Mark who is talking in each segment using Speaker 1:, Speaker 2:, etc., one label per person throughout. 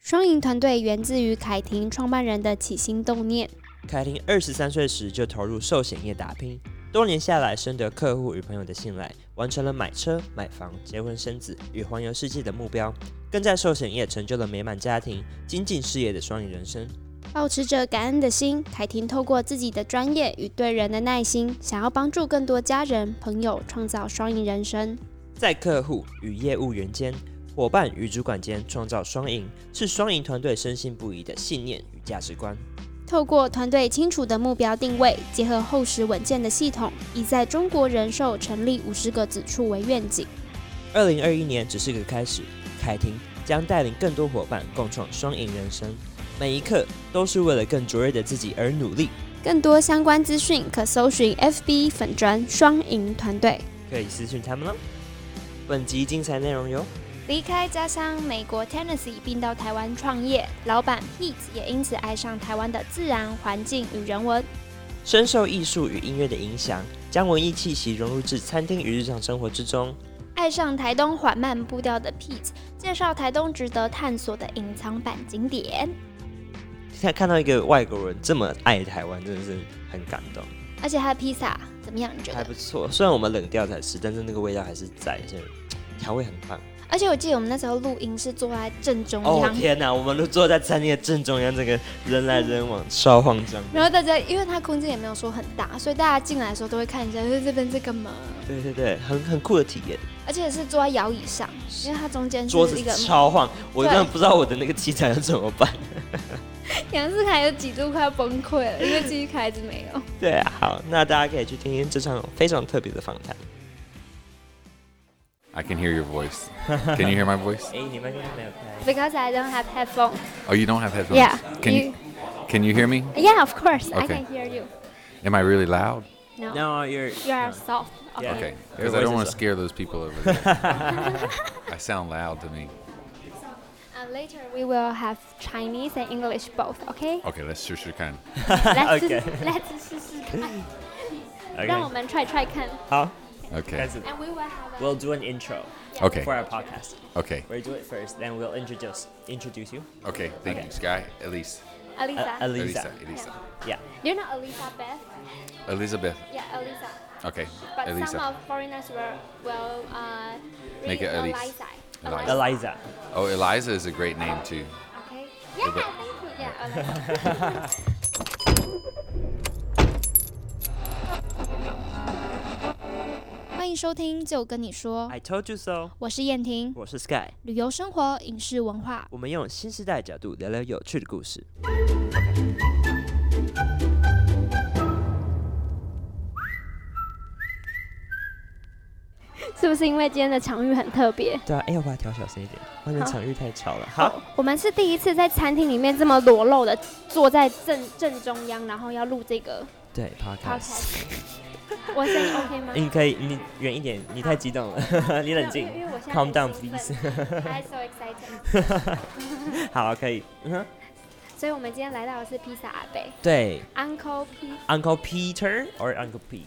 Speaker 1: 双赢团队源自于凯婷创办人的起心动念。
Speaker 2: 凯婷二十三岁时就投入寿险业打拼，多年下来深得客户与朋友的信赖，完成了买车、买房、结婚生子与环游世界的目标，更在寿险业成就了美满家庭、精进事业的双赢人生。
Speaker 1: 保持着感恩的心，凯婷透过自己的专业与对人的耐心，想要帮助更多家人朋友创造双赢人生。
Speaker 2: 在客户与业务员间、伙伴与主管间创造双赢，是双赢团队深信不疑的信念与价值观。
Speaker 1: 透过团队清楚的目标定位，结合厚实稳健的系统，以在中国人寿成立五十个子处为愿景。
Speaker 2: 二零二一年只是个开始，凯婷将带领更多伙伴共创双赢人生，每一刻都是为了更卓越的自己而努力。
Speaker 1: 更多相关资讯可搜寻 FB 粉砖双赢团队。
Speaker 2: 可以私讯他们喽。本集精彩内容由
Speaker 1: 离开家乡美国 Tennessee，并到台湾创业，老板 Pete 也因此爱上台湾的自然环境与人文。
Speaker 2: 深受艺术与音乐的影响，将文艺气息融入至餐厅与日常生活之中。
Speaker 1: 爱上台东缓慢步调的 Pete 介绍台东值得探索的隐藏版景点，
Speaker 2: 现在看到一个外国人这么爱台湾，真的是很感动，
Speaker 1: 而且它的披萨怎么样？你觉
Speaker 2: 还
Speaker 1: 得？
Speaker 2: 不错。虽然我们冷掉才吃，但是那个味道还是在，所以调味很棒。
Speaker 1: 而且我记得我们那时候录音是坐在正中
Speaker 2: 哦
Speaker 1: 央，
Speaker 2: 天哪，我们都坐在餐厅的正中央，这个人来人往，超慌张的。
Speaker 1: 然后大家因为它空间也没有说很大，所以大家进来的时候都会看一下，就是这边是干嘛？
Speaker 2: 对对对，很很酷的体验，
Speaker 1: 而且是坐在摇椅上，因为它中间
Speaker 2: 桌
Speaker 1: 是
Speaker 2: 子
Speaker 1: 一个
Speaker 2: 超晃，我
Speaker 1: 对
Speaker 2: 真的不知道我的那个器材要怎么办。
Speaker 1: 杨世凯有几度快要崩溃了，因为记忆卡一直没有。
Speaker 2: 对啊，好，那大家可以去听听这场非常特别的访谈。
Speaker 3: I can hear your voice. can you hear my voice?
Speaker 2: 哎，你们应该没有开
Speaker 1: Because I don't have headphone.
Speaker 3: Oh, you don't have headphones.
Speaker 1: Yeah,
Speaker 3: Can you, can you hear me?
Speaker 1: Yeah, of course. I
Speaker 3: Okay.
Speaker 1: can hear you.
Speaker 3: Am I really loud?
Speaker 1: No,
Speaker 2: ？No, you're
Speaker 1: you are soft. Okay.
Speaker 2: Yeah.
Speaker 3: Okay.
Speaker 2: Your
Speaker 3: Because I
Speaker 2: voice
Speaker 3: don't want
Speaker 2: is-
Speaker 3: to scare those people over there. I sound loud to me.
Speaker 1: Uh, later we will have Chinese and English both. Okay.
Speaker 3: Okay, let's sure sure kind.
Speaker 1: Let's
Speaker 2: Okay.
Speaker 1: let's 试试看，让我
Speaker 2: OK。
Speaker 1: 们 try try 看。
Speaker 2: 好，开
Speaker 3: Okay.
Speaker 2: 始。
Speaker 1: And we will have. a-
Speaker 2: We'll do an intro
Speaker 3: Okay.
Speaker 2: for our podcast.
Speaker 3: Okay.
Speaker 2: We'll do it first, then we'll introduce introduce you.
Speaker 3: Okay. Thank
Speaker 2: Okay.
Speaker 3: you, Sky. Elise.
Speaker 2: Uh,
Speaker 1: Alisa.
Speaker 2: Elisa.
Speaker 3: Elisa.
Speaker 2: Yeah.
Speaker 1: You know Alisa Beth?
Speaker 3: Elizabeth.
Speaker 1: Yeah, Alisa.
Speaker 3: Okay.
Speaker 1: But some
Speaker 3: Elisa.
Speaker 1: of foreigners will will uh, read
Speaker 3: Make it Elise.
Speaker 1: Elisa.
Speaker 3: Elise.
Speaker 2: Eliza.
Speaker 3: Oh, Eliza is a great name too.
Speaker 1: Okay. Yeah,
Speaker 3: but-
Speaker 1: thank you. Yeah, Elisa. Elisa 欢迎收听，就跟你说，
Speaker 2: I told you so.
Speaker 1: 我是燕婷。
Speaker 2: 哎我是 Sky，
Speaker 1: 旅游、生活、影视、文化，
Speaker 2: 我们用新时代角度聊聊有趣的故事。
Speaker 1: 是不是因为今天的场域很特别？
Speaker 2: 对啊，哎，我把它调小声一点，外面场域太 吵了。
Speaker 1: 哦
Speaker 2: 好，，
Speaker 1: 我们是第一次在餐厅里面这么裸露的坐在正正中央，然后要录这个
Speaker 2: 对 podcast，
Speaker 1: podcast。我声 音 OK 吗？
Speaker 2: 你可以，你远一点，你太激 动了，你冷
Speaker 1: 因为
Speaker 2: 静
Speaker 1: 因为我现在
Speaker 2: ，calm down
Speaker 1: 很兴
Speaker 2: please
Speaker 1: 奋。I'm so excited。
Speaker 2: 好，可以。嗯哼，
Speaker 1: 所以我们今天来到的是披萨阿贝
Speaker 2: 对
Speaker 1: Uncle P
Speaker 2: ，Uncle Peter or Uncle Pete？Yeah。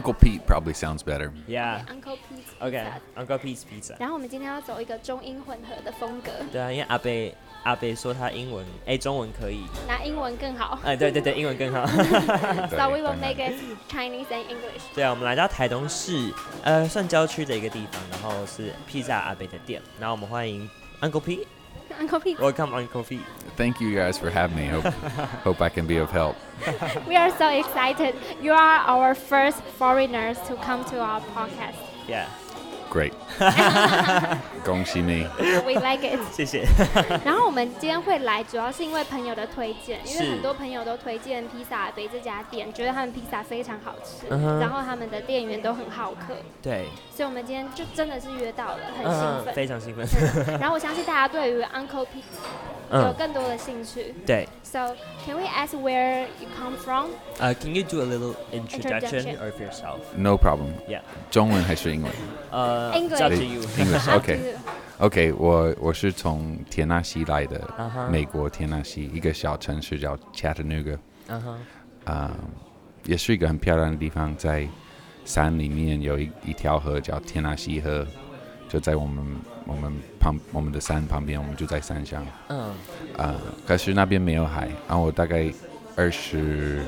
Speaker 3: Uncle Pete probably sounds better.
Speaker 1: Uncle P。
Speaker 2: OK，Uncle Pete's Pizza。
Speaker 1: 然后我们今天要走一个中英混合的风格，
Speaker 2: 对啊，因为阿贝阿贝说他英文，哎，中文可以。
Speaker 1: 拿英文更好。
Speaker 2: 哎，对对对，英文更好。
Speaker 1: So we will make it Chinese and English。
Speaker 2: 对啊，我们来到台东市，呃，算郊区的一个地方，然后是披萨阿贝的店，然后我们欢迎 Uncle Pete。
Speaker 1: Uncle P。
Speaker 2: Welcome Uncle Pete。
Speaker 3: Thank you guys for having me. Hope, hope I can be of help.
Speaker 1: We are so excited. You are our first foreigners to come to our podcast.
Speaker 2: Yeah，
Speaker 3: Great. Gong Shi me.
Speaker 1: We like it.
Speaker 2: 谢谢。
Speaker 1: 然后我们今天会来，主要是因为朋友的推荐，因为
Speaker 2: 是
Speaker 1: 很多朋友都推荐披萨北这家店，觉得他们披萨非常好吃
Speaker 2: 嗯哼
Speaker 1: 然后他们的店员都很好客，
Speaker 2: 对，
Speaker 1: 所以我们今天就真的是约到了，很兴
Speaker 2: 嗯，
Speaker 1: 奋。
Speaker 2: 非常 兴奋。
Speaker 1: 然后我相信大家对于 Uncle Pete 有
Speaker 2: 嗯，
Speaker 1: 更多的兴趣。
Speaker 2: 对。
Speaker 1: So can we ask where you come from?
Speaker 2: 呃，Can you do a little introduction
Speaker 1: Introduction.
Speaker 2: of yourself?
Speaker 3: No problem.
Speaker 2: Yeah.
Speaker 3: 中文还是英文？
Speaker 2: 呃
Speaker 1: English
Speaker 2: ，It's up to you.
Speaker 3: English.
Speaker 1: Up
Speaker 3: Okay.
Speaker 1: to you.
Speaker 3: OK，我我是从田纳西来的
Speaker 2: 哈
Speaker 3: 美国田纳西一个小城市叫 Chattanooga，
Speaker 2: 嗯哼，
Speaker 3: 啊、也是一个很漂亮的地方，在山里面有一一条河叫田纳西河，就在我们我们旁我们的山旁边，我们就在山上
Speaker 2: 嗯，
Speaker 3: 啊、可是那边没有海。然后我大概二十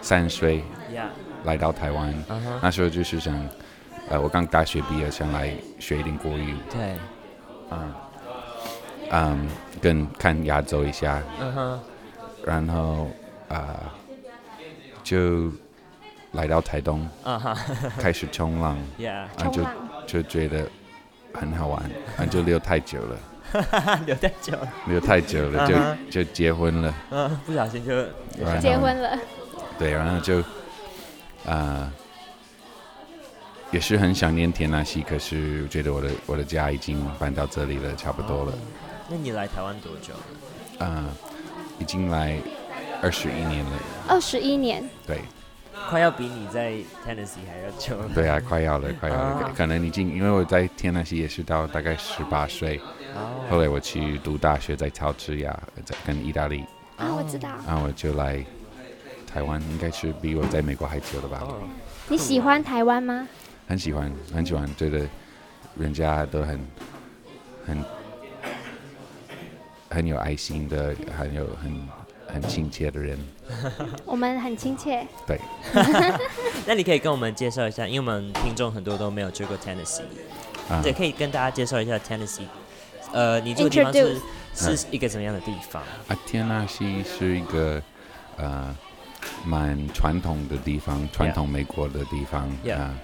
Speaker 3: 三岁
Speaker 2: 呀，
Speaker 3: 来到台湾，
Speaker 2: 嗯哼，
Speaker 3: 那时候就是想，呃，我刚大学毕业，想来学一点国语，
Speaker 2: 对，
Speaker 3: 嗯，跟看亚洲一下，
Speaker 2: 嗯哼，
Speaker 3: 然后啊、就来到 台东，
Speaker 2: 啊哈，
Speaker 3: 开始冲浪，
Speaker 2: 呀，
Speaker 3: 啊
Speaker 1: 冲
Speaker 3: 就
Speaker 1: 浪。
Speaker 3: 就觉得很好玩，啊就留太久了，
Speaker 2: 留太久了，
Speaker 3: 留太久了
Speaker 2: 啊
Speaker 3: 就就结婚了，
Speaker 2: 嗯，不小心就
Speaker 3: 然
Speaker 1: 结
Speaker 3: 后
Speaker 1: 婚了，
Speaker 3: 对，然后就啊、呃也是很想念田纳西，可是我觉得我的我的家已经搬到这里了，差不多了。
Speaker 2: 那你来台湾多久了？
Speaker 3: 啊、已经来二十一年了，
Speaker 1: 二十一年，
Speaker 3: 对
Speaker 2: 快要比你在 Tennessee 还要久 了。
Speaker 3: 对啊，快要了，快要了，
Speaker 2: 啊
Speaker 3: 可可能已经因为我在天南西也是到大概十八岁，后
Speaker 2: 哦，
Speaker 3: 来我去读大学在乔治亚，在跟意大利，
Speaker 1: 啊，我知道。
Speaker 3: 然后我就来台湾，应该是比我在美国还久了吧，
Speaker 2: 哦，
Speaker 1: 你喜欢台湾吗？
Speaker 3: 很喜欢，很喜欢，觉得人家都很很很有爱心的，很有很很亲切的人，
Speaker 1: 我们很亲切。
Speaker 3: 对。
Speaker 2: 那你可以跟我们介绍一下，因为我们听众很多都没有去过 Tennessee，
Speaker 3: 啊
Speaker 2: 对，可以跟大家介绍一下 Tennessee。呃，你这个地方是
Speaker 1: Introduce
Speaker 3: 嗯
Speaker 2: 是一个怎么样的地方？
Speaker 3: 啊，田纳西是一个呃蛮传统的地方，传统美国的地方
Speaker 2: Yeah.
Speaker 3: 啊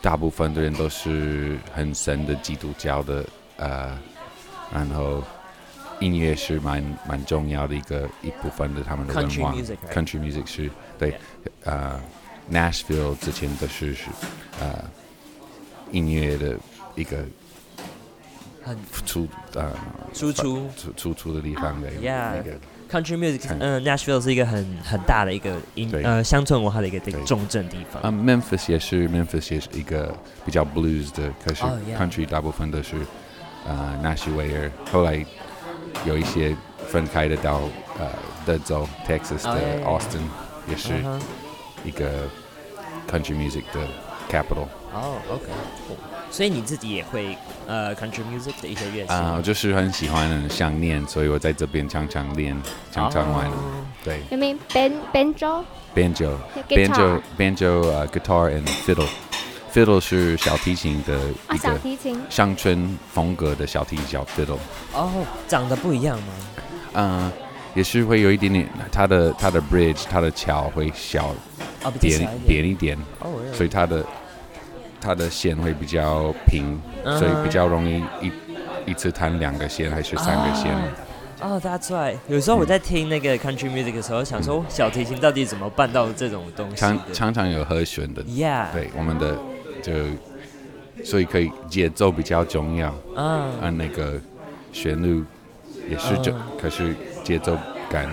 Speaker 3: 大部分的人都是很深的基督教的呃，然后音乐是蛮蛮重要的一个一部分的他们的文
Speaker 2: Country
Speaker 3: 化。
Speaker 2: music, right?
Speaker 3: Country music 是对
Speaker 2: Yeah.
Speaker 3: 呃 Nashville 之前都是是呃音乐的一个
Speaker 2: 很
Speaker 3: 出呃
Speaker 2: 输出
Speaker 3: 出出出的地方的一个
Speaker 2: Yeah.
Speaker 3: 一个
Speaker 2: country music，
Speaker 3: 看
Speaker 2: 嗯、n a s h v i l l e 是一个很很大的一个音
Speaker 3: 对
Speaker 2: 呃乡村文化的一个地
Speaker 3: 对
Speaker 2: 重镇地方。
Speaker 3: 啊、m e m p h i s 也是，Memphis 也是一个比较 blues 的，可是
Speaker 2: 哦，yeah
Speaker 3: country 大部分都是呃纳什维尔，后来有一些分开的到呃德州 Texas
Speaker 2: 哦
Speaker 3: 的
Speaker 2: ，yeah，yeah，yeah
Speaker 3: Austin，、也是
Speaker 2: 嗯哼
Speaker 3: 一个 country music 的 capital
Speaker 2: 哦，OK，cool 所以你自己也会呃 country music 的一些乐器
Speaker 3: 啊、我就是很喜欢很想念，所以我在这边常常练，常常玩。
Speaker 2: 哦
Speaker 3: 对
Speaker 1: 有没有 ban banjo
Speaker 3: ，banjo、banjo
Speaker 1: guitar
Speaker 3: banjo 呃 guitar and fiddle。fiddle 是小提琴的
Speaker 1: 啊，
Speaker 3: 一
Speaker 1: 小
Speaker 3: 个
Speaker 1: 提琴
Speaker 3: 乡村风格的小提小 fiddle，
Speaker 2: 哦，长得不一样吗？
Speaker 3: 嗯，也是会有一点点，它的它的 bridge，它的桥会小
Speaker 2: 哦，比较
Speaker 3: 点
Speaker 2: 小一
Speaker 3: 点一点，
Speaker 2: 哦，really？
Speaker 3: 所以它的它的线会比较平，
Speaker 2: 嗯
Speaker 3: 所以比较容易一一次弹两个线还是三个线。
Speaker 2: 啊哦、t h a t s right。有时候我
Speaker 3: 嗯
Speaker 2: 在听那个 country music 的时候，想说小提琴到底怎么办到这种东西
Speaker 3: 常
Speaker 2: 的
Speaker 3: 常常有和弦的，
Speaker 2: ？Yeah，，
Speaker 3: 对我们的就所以可以节奏比较重要，
Speaker 2: 嗯，
Speaker 3: 按那个旋律也是就，可是节奏感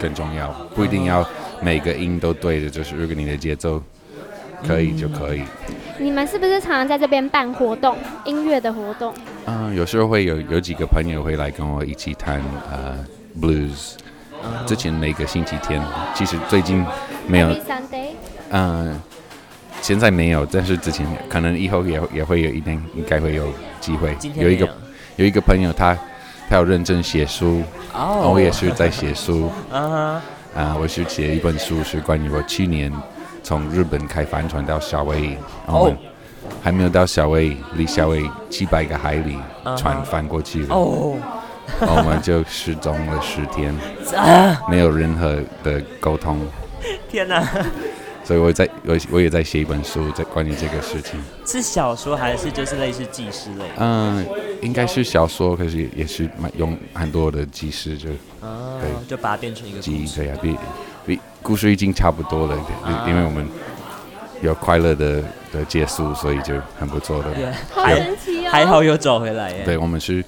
Speaker 3: 更重要，不一定要每个音都对的，就是如果你的节奏可以就可以。
Speaker 1: 你们是不是常常在这边办活动，音乐的活动？
Speaker 3: 嗯、有时候会有有几个朋友会来跟我一起弹呃 blues，之前每个星期天，其实最近没有
Speaker 1: Every Sunday，
Speaker 3: 嗯、现在没有，但是之前可能以后也也会有一定应该会有机会
Speaker 2: 今。天
Speaker 3: 有一
Speaker 2: 没有
Speaker 3: 个有一个朋友他他有认真写书，然
Speaker 2: 哦，
Speaker 3: 后我也是在写书。
Speaker 2: 啊哈，
Speaker 3: 啊、我是写一本书，是关于我去年从日本开帆船到夏威夷，然后我
Speaker 2: 哦
Speaker 3: 还没有到夏威夷，离夏威夷七百个海里，
Speaker 2: 嗯哼
Speaker 3: 船翻过去 了，
Speaker 2: 哦，
Speaker 3: 然后我们就失踪了十天，没有任何的沟通，
Speaker 2: 啊天哪，
Speaker 3: 所以我在我我也在写一本书，在关于这个事情，
Speaker 2: 是小说还是就是类似纪实类？
Speaker 3: 嗯、应该是小说，可是也是蛮用很多的技师就
Speaker 2: 啊
Speaker 3: 对，
Speaker 2: 就把它变成一个
Speaker 3: 记
Speaker 2: 故
Speaker 3: 忆
Speaker 2: 事。
Speaker 3: 对呀、啊比比故事已经差不多了，
Speaker 2: 啊
Speaker 3: 因因为我们有快乐的的结束，所以就很不错的。
Speaker 2: Yeah，
Speaker 1: 好
Speaker 2: 还
Speaker 1: 神奇哦！
Speaker 2: 还好有找回来耶。
Speaker 3: 对，我们是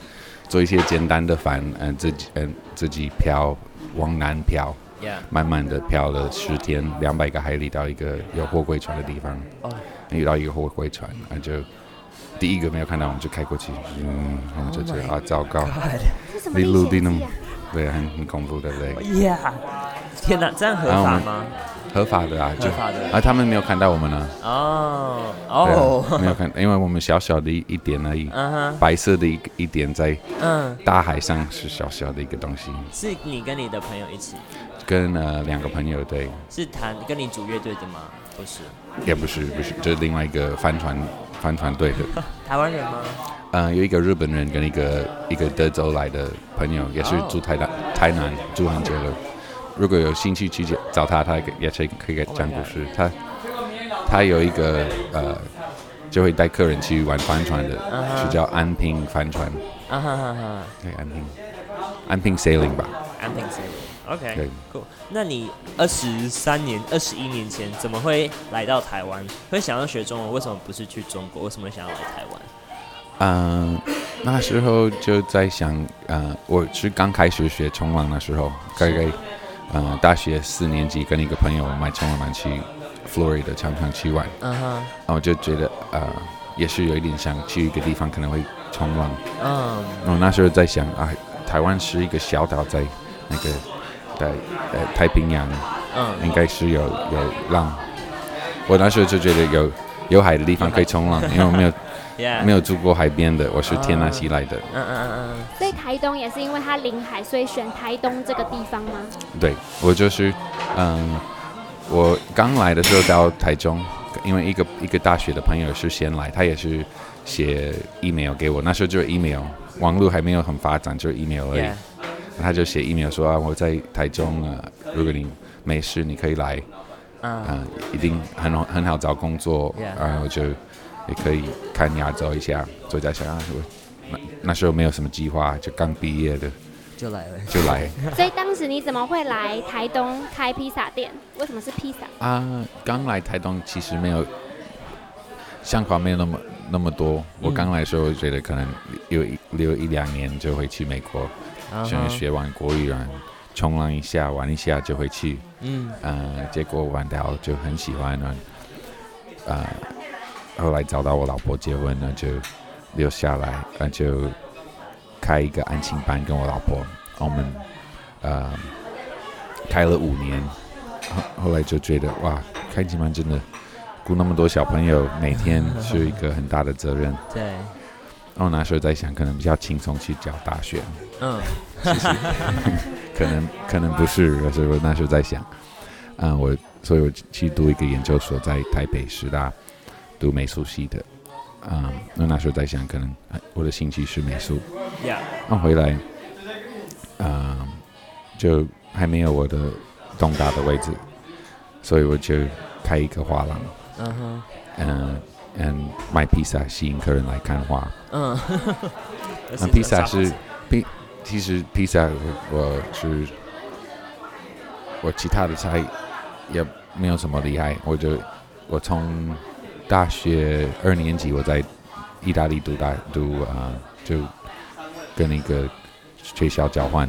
Speaker 3: 做一些简单的帆，嗯、自己嗯、自己漂往南漂，
Speaker 2: ，Yeah，
Speaker 3: 慢慢的漂了十天，两百个海里到一个有货柜船的地方，
Speaker 2: 哦
Speaker 3: 遇到一个货柜船，那就第一个没有看到，我们就开过去，嗯，我们就觉得
Speaker 2: Oh my
Speaker 3: 啊，糟糕，
Speaker 1: 这什么
Speaker 3: 你
Speaker 1: 历
Speaker 3: 陆地
Speaker 1: 险
Speaker 3: 那么
Speaker 1: 记啊？
Speaker 2: 哦
Speaker 3: 对，很很恐怖，对不对？
Speaker 2: ，God，Yeah，天哪，这样合
Speaker 3: 然后我
Speaker 2: 法
Speaker 3: 们
Speaker 2: 吗？
Speaker 3: 合法的啊，就
Speaker 2: 合法的
Speaker 3: 啊，他们没有看到我们啊，
Speaker 2: 哦
Speaker 3: 对啊
Speaker 2: 哦，
Speaker 3: 没有看，因为我们小小的一一点而已，
Speaker 2: 嗯哼，
Speaker 3: 白色的一个一点在
Speaker 2: 嗯，
Speaker 3: 大海上是小小的一个东西，
Speaker 2: 是你跟你的朋友一起，
Speaker 3: 跟呃两个朋友对，
Speaker 2: 是弹跟你组乐队的吗？不是，
Speaker 3: 也不是不是，就是另外一个帆船帆船队的，
Speaker 2: 台湾人吗？
Speaker 3: 呃，有一个日本人跟一个一个德州来的朋友，也是
Speaker 2: 哦
Speaker 3: 住台南台南住很久了。如果有兴趣去找他，他也是可以给
Speaker 2: Oh my
Speaker 3: 讲故
Speaker 2: God
Speaker 3: 事。他他有一个呃，就会带客人去玩帆船的，是叫安平帆船，
Speaker 2: 啊哈哈哈，
Speaker 3: 对，安平安平 sailing 吧，
Speaker 2: 安平 C o k
Speaker 3: 对。
Speaker 2: cool。那你二十三年、二十一年前怎么会来到台湾？会想要学中文，为什么不是去中国？为什么想要来台湾？
Speaker 3: 嗯，那时候就在想，呃，我是刚开始学冲浪的时候，大概呃大学四年级跟一个朋友买冲浪板去 Florida 常常去玩，
Speaker 2: 嗯哼，
Speaker 3: 然后就觉得呃也是有一点想去一个地方可能会冲浪，
Speaker 2: 嗯，
Speaker 3: 然后那时候在想啊，台湾是一个小岛在那个在呃太平洋，
Speaker 2: 嗯，
Speaker 3: 应该是有有浪，我那时候就觉得有有海的地方可以冲浪，因为我没有
Speaker 2: yeah，
Speaker 3: 没
Speaker 2: 有，
Speaker 3: 有住过海边的，我是天南西来的。
Speaker 2: 嗯嗯嗯嗯，
Speaker 1: 所以台东也是因为它临海，所以选台东这个地方 吗？
Speaker 3: 对我就是，嗯，我刚来的时候到台中，因为一个一个大学的朋友是先来，他也是写 email 给我，那时候就是 email，网络还没有很发展，就是 email 而已。
Speaker 2: yeah，
Speaker 3: 他就写 email 说啊，我在台中啊、呃如果你没事，你可以来，
Speaker 2: 嗯。
Speaker 3: 啊、一定很好很好找工作
Speaker 2: Yeah.
Speaker 3: 然后就也可以看亚洲一下，所以在想啊，我那那时候没有什么计划，就刚毕业的
Speaker 2: 就来了。
Speaker 3: 就来。
Speaker 1: 所以当时你怎么会来台东开披萨店？为什么是披萨？
Speaker 3: 啊，刚来台东其实没有想法没有那么那么多。我刚来的时候，我觉得可能有一留一两年就会去美国，先、学完国语，然后冲浪一下，玩一下就会去。
Speaker 2: 嗯
Speaker 3: 呃，结果玩到就很喜欢，然后呃，后来找到我老婆结婚，那就留下来，那就开一个安亲班跟我老婆，我们呃开了五年，后后来就觉得哇，开安亲班真的顾那么多小朋友，每天是一个很大的责任。
Speaker 2: 对，
Speaker 3: 然后那时候在想，可能比较轻松去找大学，
Speaker 2: 嗯
Speaker 3: 可能可能不是，所以我那时候在想，嗯，我所以我去读一个研究所，在台北师大读美术系的，嗯，那那时候在想，可能呃我的兴趣是美术，
Speaker 2: ，Yeah，
Speaker 3: 那回来，嗯，就还没有我的东大的位置，所以我就开一个画廊，
Speaker 2: 嗯哼，
Speaker 3: 嗯嗯，卖披萨吸引客人来看画，
Speaker 2: 嗯，
Speaker 3: 那披萨是披，其实披萨我是我其他的菜也没有什么厉害，我就我从大学二年级我在意大利读大读啊、呃就跟一个学校交换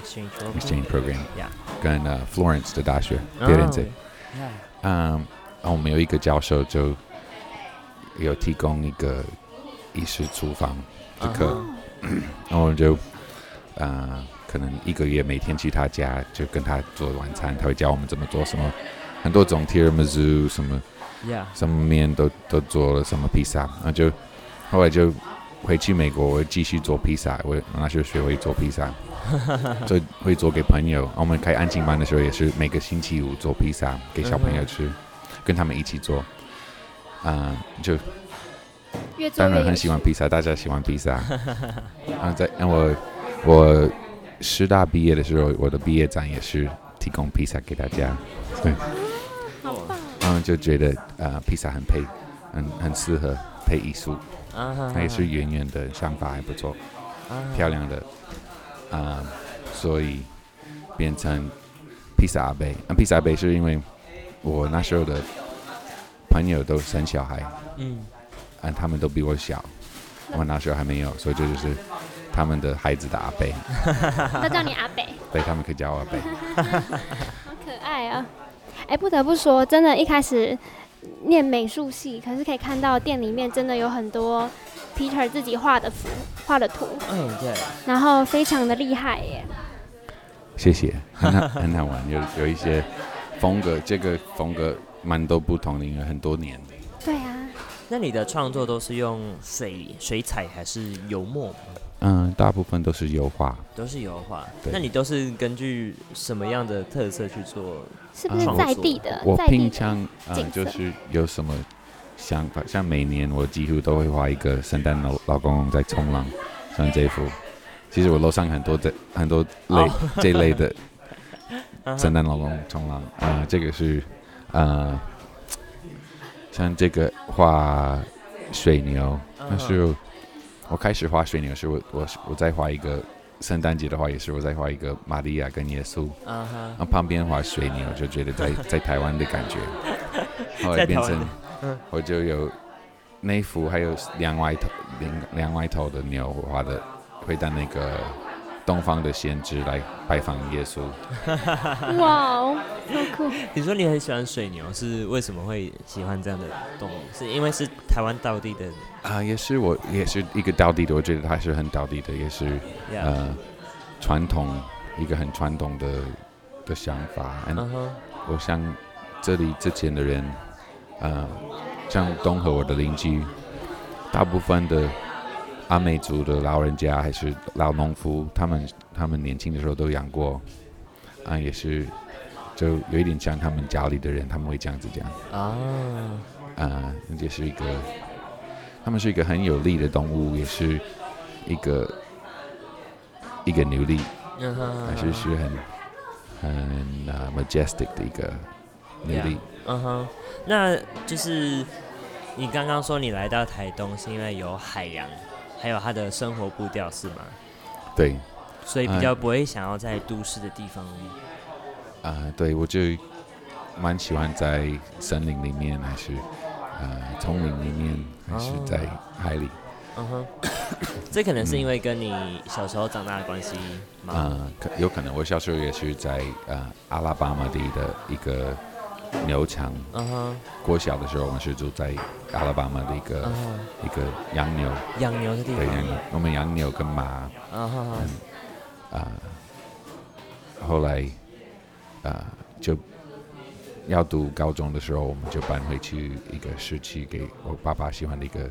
Speaker 2: exchange
Speaker 3: exchange program，、
Speaker 2: Yeah
Speaker 3: 跟呃 Florence 的大学 f i
Speaker 2: 哦
Speaker 3: r e n z e 嗯，然后我们有一个教授就有提供一个意式厨房的
Speaker 2: 嗯
Speaker 3: 课然后我就呃，可能一个月每天去他家，就跟他做晚餐，他会教我们怎么做什么，很多种 tiramisu 什么
Speaker 2: Yeah，
Speaker 3: 什么面都都做了，什么披萨，然后就后来就回去美国，我继续做披萨，我那时候学会做披萨，就会做给朋友。我们开安静班的时候也是每个星期五做披萨给小朋友吃，跟他们一起做。啊、就
Speaker 1: 越做
Speaker 3: 当
Speaker 1: 越
Speaker 3: 然
Speaker 1: 有
Speaker 3: 很
Speaker 1: 趣
Speaker 3: 喜欢披萨，大家喜欢披萨。然后在然后我我师大毕业的时候，我的毕业展也是提供披萨给大家，对，
Speaker 1: 好棒！
Speaker 3: 然后就觉得呃披萨很配，很很适合配艺术，
Speaker 2: 啊哈，
Speaker 3: 它也是圆圆的，想法还不错，漂亮的，啊、所以变成披萨阿贝。那披萨阿贝是因为我那时候的朋友都生小孩，
Speaker 2: 嗯
Speaker 3: 啊，他们都比我小，我那时候还没有，所以这就是他们的孩子的阿贝，
Speaker 1: 都叫你阿 北，
Speaker 3: 对，他们可以叫我阿贝。
Speaker 1: 好可爱啊！哎，不得不说，真的，一开始念美术系，可是可以看到店里面真的有很多 Peter 自己画的符、画的图，
Speaker 2: 嗯，对，
Speaker 1: 然后非常的厉害耶。
Speaker 3: 谢谢，很好，很好玩，有有一些风格，这个风格蛮多不同的音乐，很多年的。
Speaker 1: 对啊，
Speaker 2: 那你的创作都是用水水彩还是油墨吗？
Speaker 3: 嗯，大部分都是油画，
Speaker 2: 都是油画。
Speaker 3: 对
Speaker 2: 那你都是根据什么样的特色去做？
Speaker 1: 是不是
Speaker 2: 创
Speaker 1: 在
Speaker 2: 作
Speaker 1: 地的？
Speaker 3: 啊我
Speaker 1: 啊在地
Speaker 3: 平
Speaker 1: 的
Speaker 3: 常呃
Speaker 1: 景色
Speaker 3: 就是有什么想法，像每年我几乎都会画一个圣诞老老公公在冲浪，像这幅。其实我楼上很多这很多类、
Speaker 1: 哦
Speaker 3: 这类的
Speaker 2: 嗯
Speaker 3: 圣
Speaker 2: 哼
Speaker 3: 诞老公冲浪啊、呃这个是呃，像这个画水牛，
Speaker 1: 嗯
Speaker 3: 那是我开始画水牛是我我我在画一个圣诞节的话，也是我在画一个玛利亚跟耶稣。
Speaker 2: 啊哈
Speaker 3: 然，后旁边划水牛，就觉 得在在台湾的感觉，后来变
Speaker 2: 在台湾
Speaker 3: 成
Speaker 2: 的嗯
Speaker 3: 我就有那幅，还有两外头两两外头的牛，我画的会到那个东方的先知来拜访耶稣。
Speaker 1: 哇哦，好酷！
Speaker 2: 你说你很喜欢水牛，是为什么会喜欢这样的动物？是因为是台湾道地的
Speaker 3: 啊、也是我也是一个道地的，我觉得他是很道地的，也是
Speaker 2: 呀？
Speaker 3: 呃传统一个很传统的的想法。And
Speaker 2: 嗯哼，
Speaker 3: 我像这里之前的人，呃，像东和我的邻居，大部分的阿美族的老人家还是老农夫，他们他们年轻的时候都养过，啊、也是就有一点像他们家里的人，他们会这样子讲，
Speaker 2: 啊，
Speaker 3: 啊、也是一个，他们是一个很有力的动物，也是一个一个牛力，
Speaker 2: 嗯哼，
Speaker 3: 还是是很很呃 majestic 的一个牛力。
Speaker 2: 嗯哼，那就是你刚刚说你来到台东是因为有海洋，还有他的生活步调是吗？
Speaker 3: 对，
Speaker 2: 所以
Speaker 3: 哎
Speaker 2: 比较不会想要在都市的地方。
Speaker 3: 啊、对我就蛮喜欢在森林里面，还是呃丛林里面，还是
Speaker 2: 哦
Speaker 3: 在海里
Speaker 2: 嗯哼，这可能是因为跟你小时候长大的关系
Speaker 3: 啊、
Speaker 2: 吗？
Speaker 3: 可有可能我小时候也是在呃阿拉巴马地的一个牛场。
Speaker 2: 嗯哼，
Speaker 3: 国小的时候，我们是住在阿拉巴马的一个、
Speaker 2: 嗯哼，
Speaker 3: 一个洋牛，
Speaker 2: 养牛的地
Speaker 3: 对洋牛
Speaker 2: 方。，
Speaker 3: 我们洋牛跟马
Speaker 2: 嗯哼，
Speaker 3: 啊、后来啊、就要读高中的时候，我们就搬回去一个市区，给我爸爸喜欢的一个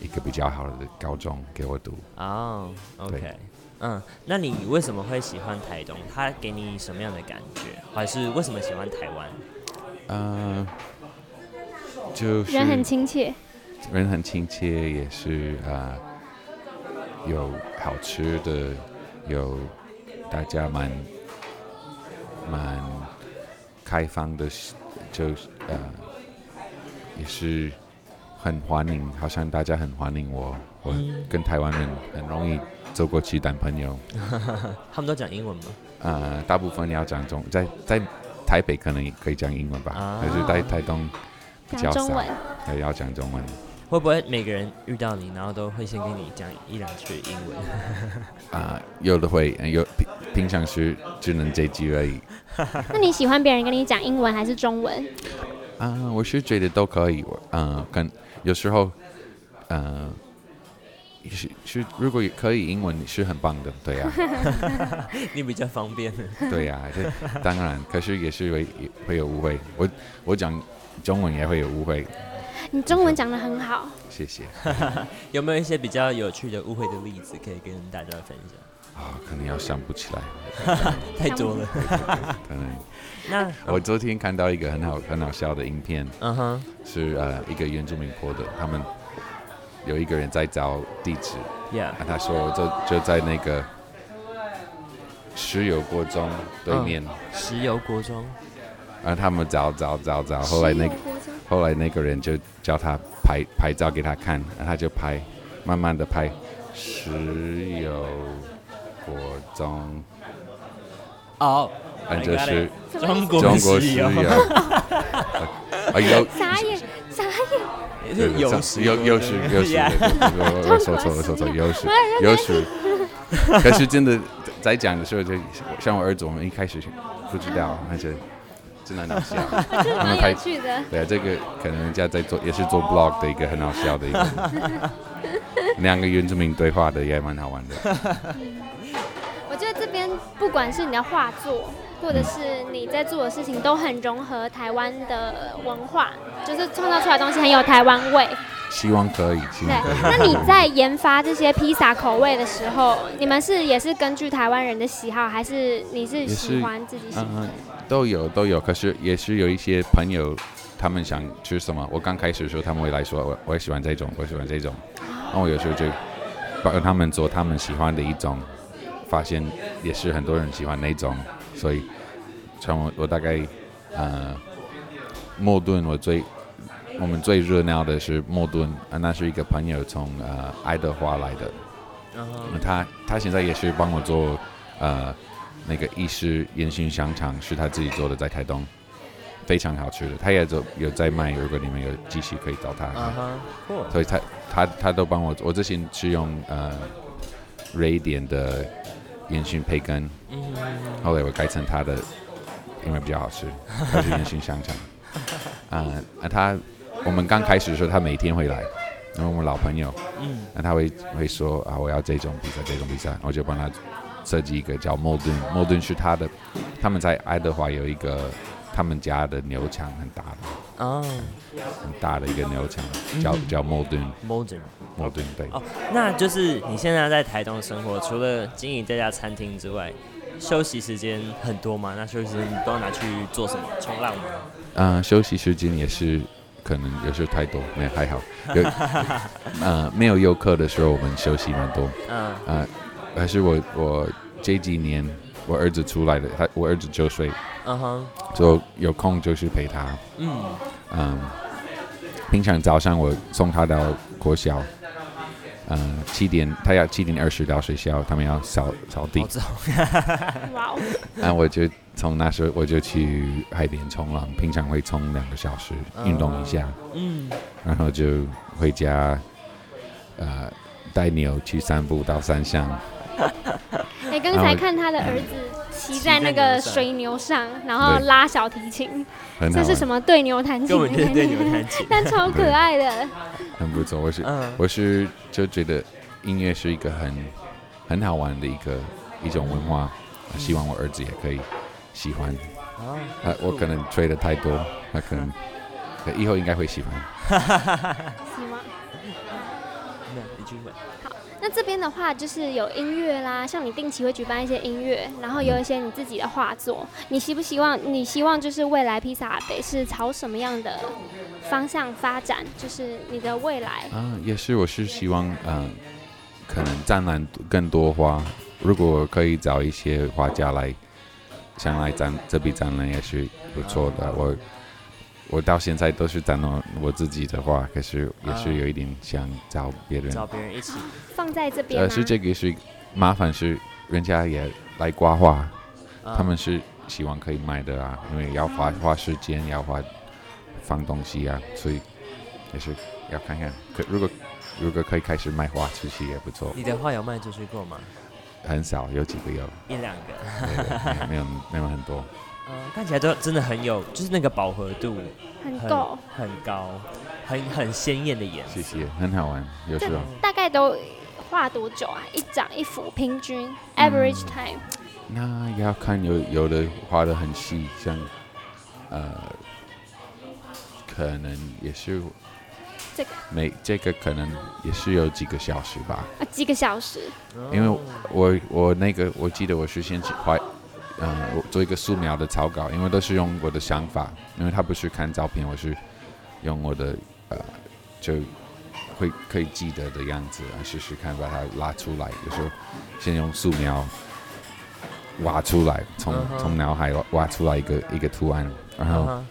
Speaker 3: 一个比较好的高中给我读。
Speaker 2: 哦，OK
Speaker 3: 对。
Speaker 2: 嗯，那你为什么会喜欢台东？它给你什么样的感觉？还是为什么喜欢台湾？
Speaker 3: 呃，就是
Speaker 1: 人很亲切，
Speaker 3: 人很亲切，也是啊、呃有好吃的，有大家蛮蛮开放的，就是呃，也是很欢迎，好像大家很欢迎我，我
Speaker 2: 嗯
Speaker 3: 跟台湾人很容易走过去当朋友。
Speaker 2: 他们都讲英文吗？
Speaker 3: 呃，大部分要讲中，在在台北可能也可以讲英文吧
Speaker 2: 啊，
Speaker 3: 但是在台东比较
Speaker 1: 讲中
Speaker 3: 少
Speaker 1: 文，，
Speaker 3: 还要讲中文。
Speaker 2: 会不会每个人遇到你，然后都会先跟你讲一两句英文？
Speaker 3: 啊、有的会，呃有平平常时只能这句而已。
Speaker 1: 那你喜欢别人跟你讲英文还是中文？
Speaker 3: 啊、我是觉得都可以，我嗯，跟有时候，嗯，是是，如果可以英文是很棒的，对呀、
Speaker 2: 你比较方便。
Speaker 3: 对呀、这当然，可是也是会也会有误会，我我讲中文也会有误会，
Speaker 1: 你中文讲得 很好，
Speaker 3: 谢谢。
Speaker 2: 有没有一些比较有趣的误会的例子可以跟大家分享？
Speaker 3: 啊、可能要想不起来，
Speaker 2: 太多了。
Speaker 3: 可能
Speaker 2: 那
Speaker 3: 我昨天看到一个很好很好笑的影片，
Speaker 2: 嗯哼，
Speaker 3: 是呃一个原住民播的，他们有一个人在找地址，
Speaker 2: yeah，
Speaker 3: 啊，他说就就在那个石油锅中对面，
Speaker 2: 石油国中
Speaker 3: 然后他们找找找找，后来那
Speaker 1: 十六国家
Speaker 3: 后来那个人就叫他拍拍照给他看，然后他就拍，慢慢的拍石油锅中，
Speaker 2: 哦，
Speaker 3: 啊，就
Speaker 2: I got
Speaker 3: 是
Speaker 2: it 中国
Speaker 3: 中 国石油，啊有
Speaker 1: 傻眼，傻 眼，
Speaker 2: 是有石
Speaker 3: 有有时啊有时，
Speaker 2: Yeah
Speaker 3: 我我我 说错了说错了，有时有时， 可是真的在讲的时候就像我儿子，我们一开始不知道，而且真的很好笑。
Speaker 1: 这
Speaker 3: 他们
Speaker 1: 蛮
Speaker 3: 拍
Speaker 1: 有趣的。
Speaker 3: 对啊，这个可能人家在做也是做 blog 的一个很好笑的一个， 两个原住民对话的也蛮好玩的。
Speaker 1: 我觉得这边不管是你的画作，或者是你在做的事情都很融合台湾的文化，就是创造出来的东西很有台湾味。
Speaker 3: 希望可以，希
Speaker 1: 对
Speaker 3: 望可以。，
Speaker 1: 那你在研发这些披萨口味的时候，你们是也是根据台湾人的喜好，还是你是喜欢自己喜 欢
Speaker 3: 嗯？都有都有，可是也是有一些朋友，他们想吃什么，我刚开始的时候他们会来说，我我喜欢这种，我喜欢这种，那我有时候就帮他们做他们喜欢的一种，发现也是很多人喜欢那种，所以像我我大概呃，莫顿我最我们最热闹的是莫顿啊，那是一个朋友从呃爱德华来的，
Speaker 2: 然后
Speaker 3: 那他他现在也是帮我做呃那个意式烟熏香肠，是他自己做的，在台东非常好吃的。他也做有在卖，如果你们有继续可以找他。
Speaker 2: 啊哈，酷，
Speaker 3: 所以他他他都帮我做，我之前是用呃瑞典的烟熏培根，
Speaker 2: 嗯哼，
Speaker 3: 后来我改成他的，因为比较好吃，他是烟熏香 肠。啊、啊他我们刚开始的时候，他每天会来，因为我们老朋友。
Speaker 2: 嗯，
Speaker 3: 那他会会说啊，我要这种披萨，这种披萨，我就帮他设计一个叫莫顿，莫顿是他的，他们在爱德华有一个他们家的牛场很大的，
Speaker 2: 哦
Speaker 3: 很大的一个牛场，叫
Speaker 2: 嗯
Speaker 3: 叫莫顿，
Speaker 2: ，modern，
Speaker 3: 莫顿对，
Speaker 2: 哦，那就是你现在在台东生活，除了经营这家餐厅之外，休息时间很多吗？那休息时间你都要拿去做什么？冲浪吗？
Speaker 3: 嗯、休息时间也是可能有时候太多，没有还好，有 呃没有游客的时候我们休息蛮多，
Speaker 2: 嗯
Speaker 3: 还是我我这几年我儿子出来的，他我儿子九岁，
Speaker 2: 嗯哼，
Speaker 3: 就有空就去陪他。
Speaker 2: 嗯
Speaker 3: 嗯，平常早上我送他到国小，嗯，七点他要七点二十到学校，他们要扫扫地
Speaker 2: 好，
Speaker 1: 哦
Speaker 2: 重，啊
Speaker 1: 哇哦，
Speaker 3: 那我就从那时候我就去海边冲浪，平常会冲两个小时
Speaker 1: 啊
Speaker 3: 运动一下，
Speaker 2: 嗯
Speaker 3: 然后就回家，呃，带牛去散步到山上，
Speaker 1: 哎，刚才看他的儿子骑在那个水牛上，然后
Speaker 3: 对
Speaker 1: 拉小提琴，
Speaker 3: 很好
Speaker 1: 这是
Speaker 3: 玩，
Speaker 1: 什么对牛弹琴
Speaker 2: 根
Speaker 1: 的
Speaker 2: 本就
Speaker 1: 概
Speaker 2: 是对你
Speaker 1: 念？
Speaker 2: 们弹琴。
Speaker 1: 但超可爱的，
Speaker 3: 很不错。我是
Speaker 2: 嗯
Speaker 3: 我是就觉得音乐是一个很很好玩的一个一种文化，希望我儿子也可以喜欢。
Speaker 2: 啊，
Speaker 3: 啊，我可能吹的太多，他可能呃以后应该会喜欢。
Speaker 1: 是吗？
Speaker 2: 没有一句话。
Speaker 1: 那这边的话，就是有音乐啦，像你定期会举办一些音乐，然后有一些你自己的画作。你希不希望？你希望就是未来披萨北是朝什么样的方向发展？就是你的未来。
Speaker 3: 啊，也是，我是希望，嗯、可能展览更多花。如果可以找一些画家来，想来展这笔展览也是不错的。我我到现在都是展览我自己的画，可是也是有一点想找别人。
Speaker 2: 找别人一起，
Speaker 1: 放在这边、啊
Speaker 3: 呃，是这个是麻烦是人家也来挂画，
Speaker 2: 啊
Speaker 3: 他们是希望可以买的啊，因为要花花时间，要花放东西啊，所以也是要看看。可如果如果可以开始卖花出去也不错，
Speaker 2: 你的话有卖出去过吗？
Speaker 3: 很少有几个有，
Speaker 2: 一两 个，
Speaker 3: 对对对没有没有很多。
Speaker 2: 嗯，看起来都真的很有，就是那个饱和度
Speaker 1: 很
Speaker 2: 很
Speaker 1: 够，
Speaker 3: 嗯
Speaker 2: 很高，很很鲜艳的颜色
Speaker 3: 谢。谢，很好玩，有时候
Speaker 1: 大概都画多久啊？一张一幅，平均
Speaker 3: 嗯
Speaker 1: average time。
Speaker 3: 那要看有有的画的很细，像呃，可能也是
Speaker 1: 这个
Speaker 3: 每这个可能也是有几个小时吧。
Speaker 1: 啊，几个小时，
Speaker 2: 哦
Speaker 3: 因为我我那个我记得我是先去画，呃，我做一个素描的草稿，因为都是用我的想法，因为他不是看照片，我是用我的呃就会可以记得的样子，来试试看把它拉出来。有时候先用素描挖出来，从
Speaker 2: 嗯哼
Speaker 3: 从脑海挖挖出来一个一个图案，然后
Speaker 2: 嗯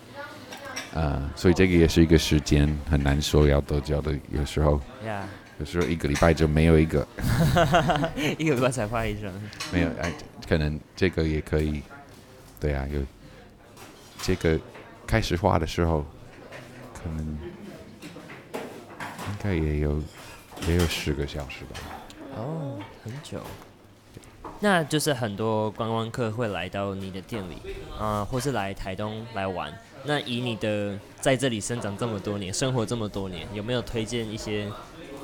Speaker 3: 呃，所以这个也是一个时间很难说要多久的，有时候
Speaker 2: 哼 呀，
Speaker 3: 有时候一个礼拜就没有一个。
Speaker 2: 一个礼拜才画一张，
Speaker 3: 没有，哎，可能这个也可以，对啊，有这个开始画的时候，可能应该也有也有十个小时吧。
Speaker 2: 哦，很久。那就是很多观光客会来到你的店里，啊、或是来台东来玩。那以你的在这里生长这么多年，生活这么多年，有没有推荐一些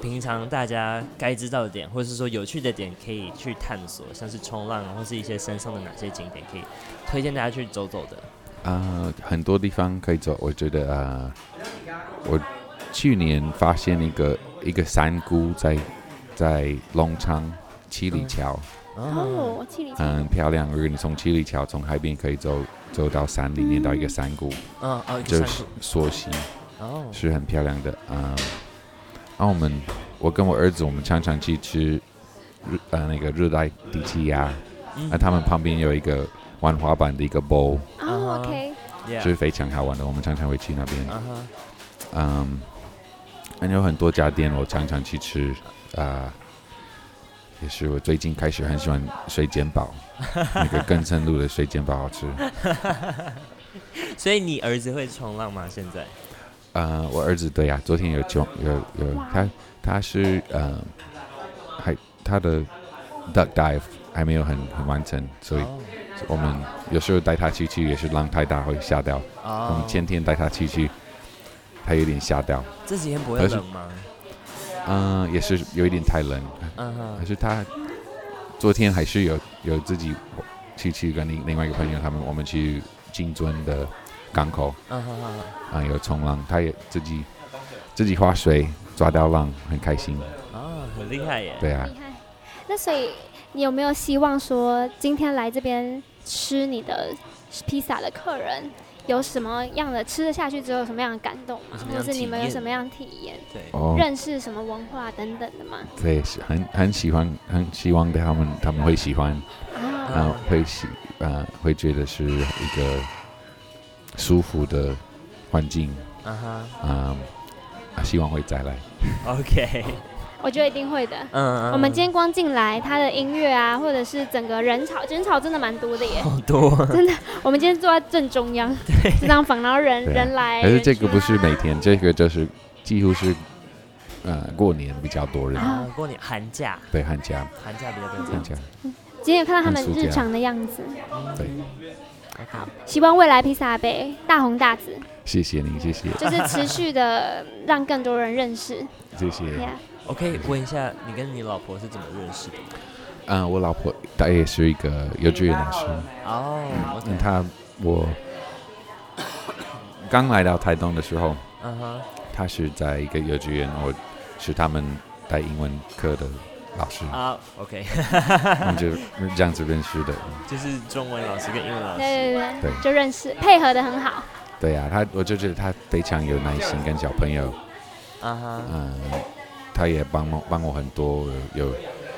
Speaker 2: 平常大家该知道的点，或者是说有趣的点，可以去探索，像是冲浪啊或是一些山上的哪些景点，可以推荐大家去走走的。
Speaker 3: 啊，很多地方可以走。我觉得啊、我去年发现一个一个山谷在在隆昌七里桥，啊
Speaker 1: 哦，我去旅行，
Speaker 3: 很漂亮。如果你从七里桥从海边可以走走到山里面到一个山谷，
Speaker 2: 嗯哦，一个
Speaker 3: 就
Speaker 2: 山
Speaker 3: 是
Speaker 2: 谷
Speaker 3: 溯溪，
Speaker 2: 哦，
Speaker 3: 是很漂亮的。啊、澳门，我跟我儿子我们常常去吃日呃那个热带地气鸭，
Speaker 2: 嗯
Speaker 3: 那、他们旁边有一个玩滑板的一个 bowl，
Speaker 1: 哦，OK，
Speaker 3: 是
Speaker 2: yeah，
Speaker 3: 非常好玩的。我们常常会去那边。
Speaker 2: 啊 哈，
Speaker 3: 嗯，有很多家店我常常去吃，啊、也是我最近开始很喜欢水煎包，那个根深路的水煎包好吃。
Speaker 2: 所以你儿子会冲浪吗？现在？
Speaker 3: 呃，我儿子对呀、昨天有冲有有
Speaker 1: 哇
Speaker 3: 他他是呃还他的 duck dive 还没有很很完成，所以
Speaker 2: 哦
Speaker 3: 我们有时候带他出去也是浪太大会吓到。我
Speaker 2: 哦
Speaker 3: 们，前天带他出去，他有点吓到，
Speaker 2: 这几天不会
Speaker 3: 而是
Speaker 2: 冷吗？
Speaker 3: 嗯、也是有一点太冷，
Speaker 2: 嗯哼
Speaker 3: 可，是他昨天还是有有自己去去跟另另外一个朋友他们我们去金尊的港口
Speaker 2: 嗯哼哼哼，
Speaker 3: 啊、有冲浪，他也自己自己划水抓到浪，很开心。
Speaker 2: 哦，很厉害耶。
Speaker 3: 对啊
Speaker 1: 厉，害。那所以你有没有希望说，今天来这边吃你的披萨的客人有什么样的吃了下去之后有什么样的感动吗
Speaker 2: 有什？么
Speaker 1: 或
Speaker 2: 样的
Speaker 1: 者你们有
Speaker 2: 体验
Speaker 1: 什么样的体验？
Speaker 2: 对，
Speaker 3: 哦，
Speaker 1: 认识什么文化等等的吗？
Speaker 3: 对，是很很喜欢，很希望他们他们会喜欢，
Speaker 1: 啊，
Speaker 3: 啊、会喜啊、会觉得是一个舒服的环境，
Speaker 2: 啊哈
Speaker 3: 啊、啊希望会再来。
Speaker 2: ，OK，
Speaker 1: 我觉得一定会的。
Speaker 2: 嗯，
Speaker 1: 我们今天光进来，他的音乐啊，或者是整个人潮，人潮真的蛮多的耶。
Speaker 2: 好多，
Speaker 1: 我们今天坐在正中央这张房，然后人
Speaker 3: 对啊
Speaker 1: 人来，
Speaker 3: 可是
Speaker 1: 人
Speaker 3: 这个
Speaker 1: 去啊
Speaker 3: 不是每天，这个就是几乎是，呃，过年比较多人，
Speaker 2: 啊，过年寒假，
Speaker 3: 对，寒假，
Speaker 2: 寒假比较多这
Speaker 3: 寒
Speaker 2: 样
Speaker 3: 假，
Speaker 1: 今天有看到他们
Speaker 3: 很暑假
Speaker 1: 日常的样子。
Speaker 3: 对，
Speaker 2: 好，
Speaker 1: 希望未来披萨杯大红大紫，
Speaker 3: 谢谢您，谢谢，
Speaker 1: 就是持续的让更多人认识。啊
Speaker 3: 谢谢。
Speaker 1: Yeah，
Speaker 2: 我可以问一下，你跟你老婆是怎么认识的吗？
Speaker 3: 嗯、我老婆她也是一个幼稚园老师，
Speaker 2: 哦
Speaker 3: 嗯，
Speaker 2: ，OK，
Speaker 3: 她我刚来到台东的时候，
Speaker 2: 嗯哼，
Speaker 3: 她是在一个幼稚园，我是他们带英文课的老师，
Speaker 2: 啊，OK，
Speaker 3: 我们嗯就这样子认识的。
Speaker 2: 就是中文老师跟英文老师，
Speaker 1: 对对对，
Speaker 3: 对
Speaker 1: 就认识，配合的很好。
Speaker 3: 对呀、她我就觉得她非常有耐心，跟小朋友。
Speaker 2: 啊哈，
Speaker 3: 嗯，他也帮我帮我很多，有有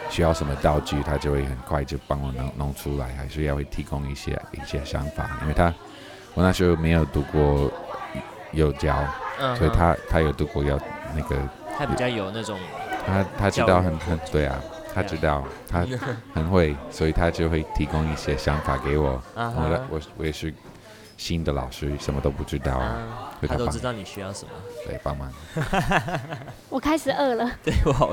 Speaker 3: 需要什么道具，他就会很快就帮我弄弄出来，还是要会提供一些一些想法，因为他我那时候没有读过幼教，
Speaker 2: 嗯哼，
Speaker 3: 所以他他有读过要那个，
Speaker 2: 他比较有那种，
Speaker 3: 他他知道很很对啊，他知道 他
Speaker 2: 啊嗯
Speaker 3: 很会，所以他就会提供一些想法给我。
Speaker 2: 啊
Speaker 3: 我的
Speaker 2: 哈，
Speaker 3: 我我也是新的老师，什么都不知道啊，
Speaker 2: 啊，
Speaker 3: 所以
Speaker 2: 他
Speaker 3: 他
Speaker 2: 都
Speaker 3: 帮
Speaker 2: 知道你需要什么，
Speaker 3: 对帮忙。
Speaker 1: 我开始饿了，
Speaker 2: 对我好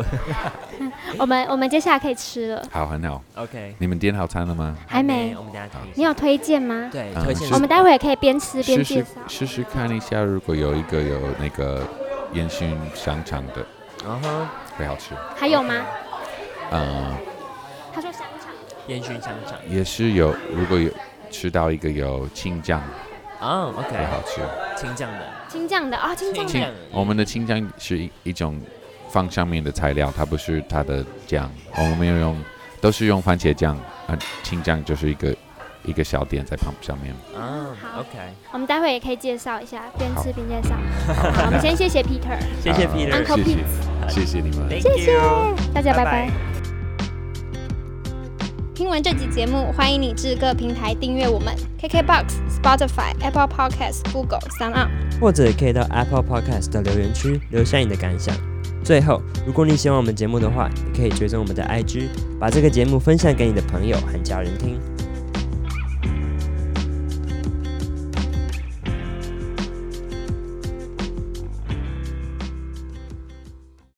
Speaker 1: 我们我们接下来可以吃了，
Speaker 3: 好，很好。
Speaker 2: ，OK，
Speaker 3: 你们点好餐了吗？
Speaker 1: 还没
Speaker 2: 我们等一下可以
Speaker 1: 你有推荐吗？
Speaker 2: 对
Speaker 3: 嗯
Speaker 2: 推荐
Speaker 3: 是
Speaker 1: 我们待会也可以边吃
Speaker 3: 试
Speaker 1: 边介
Speaker 3: 试
Speaker 1: 绍。
Speaker 3: 试试看一下，如果有一个有那个烟熏香肠的，
Speaker 2: 啊哈，
Speaker 3: 会好吃。
Speaker 1: 还有吗？
Speaker 3: 嗯，
Speaker 1: 他说香肠。
Speaker 2: 烟熏香肠，
Speaker 3: 也是有，如果有吃到一个有青酱，
Speaker 2: 啊
Speaker 3: 会
Speaker 2: ，OK，
Speaker 3: 好吃。
Speaker 2: 青酱的，
Speaker 1: 青酱的啊，青酱
Speaker 2: 青
Speaker 1: 的
Speaker 3: 青，我们的青酱是一一种放上面的材料，它不是它的酱。我们没有用，都是用番茄酱啊，青酱就是一个一个小点在旁上面。
Speaker 2: 啊
Speaker 1: 好
Speaker 2: ，OK，
Speaker 1: 我们待会也可以介绍一下，边吃
Speaker 3: 好
Speaker 1: 边介绍。
Speaker 3: 好
Speaker 1: 好，我们先谢谢 Peter，
Speaker 2: 谢谢
Speaker 3: 啊
Speaker 2: Peter，
Speaker 3: 谢
Speaker 1: Uncle
Speaker 3: 谢，谢谢你们。
Speaker 2: 谢谢。
Speaker 1: 大家拜
Speaker 2: 拜
Speaker 1: 拜。听完这集节目，欢迎你至各平台订阅我们：KKBox、Spotify、Apple Podcasts、Google、Sound On。
Speaker 2: 或者可以到 Apple Podcast 的留言区留下你的感想。最后，如果你喜欢我们节目的话，也可以追踪我们的 IG，把这个节目分享给你的朋友和家人听。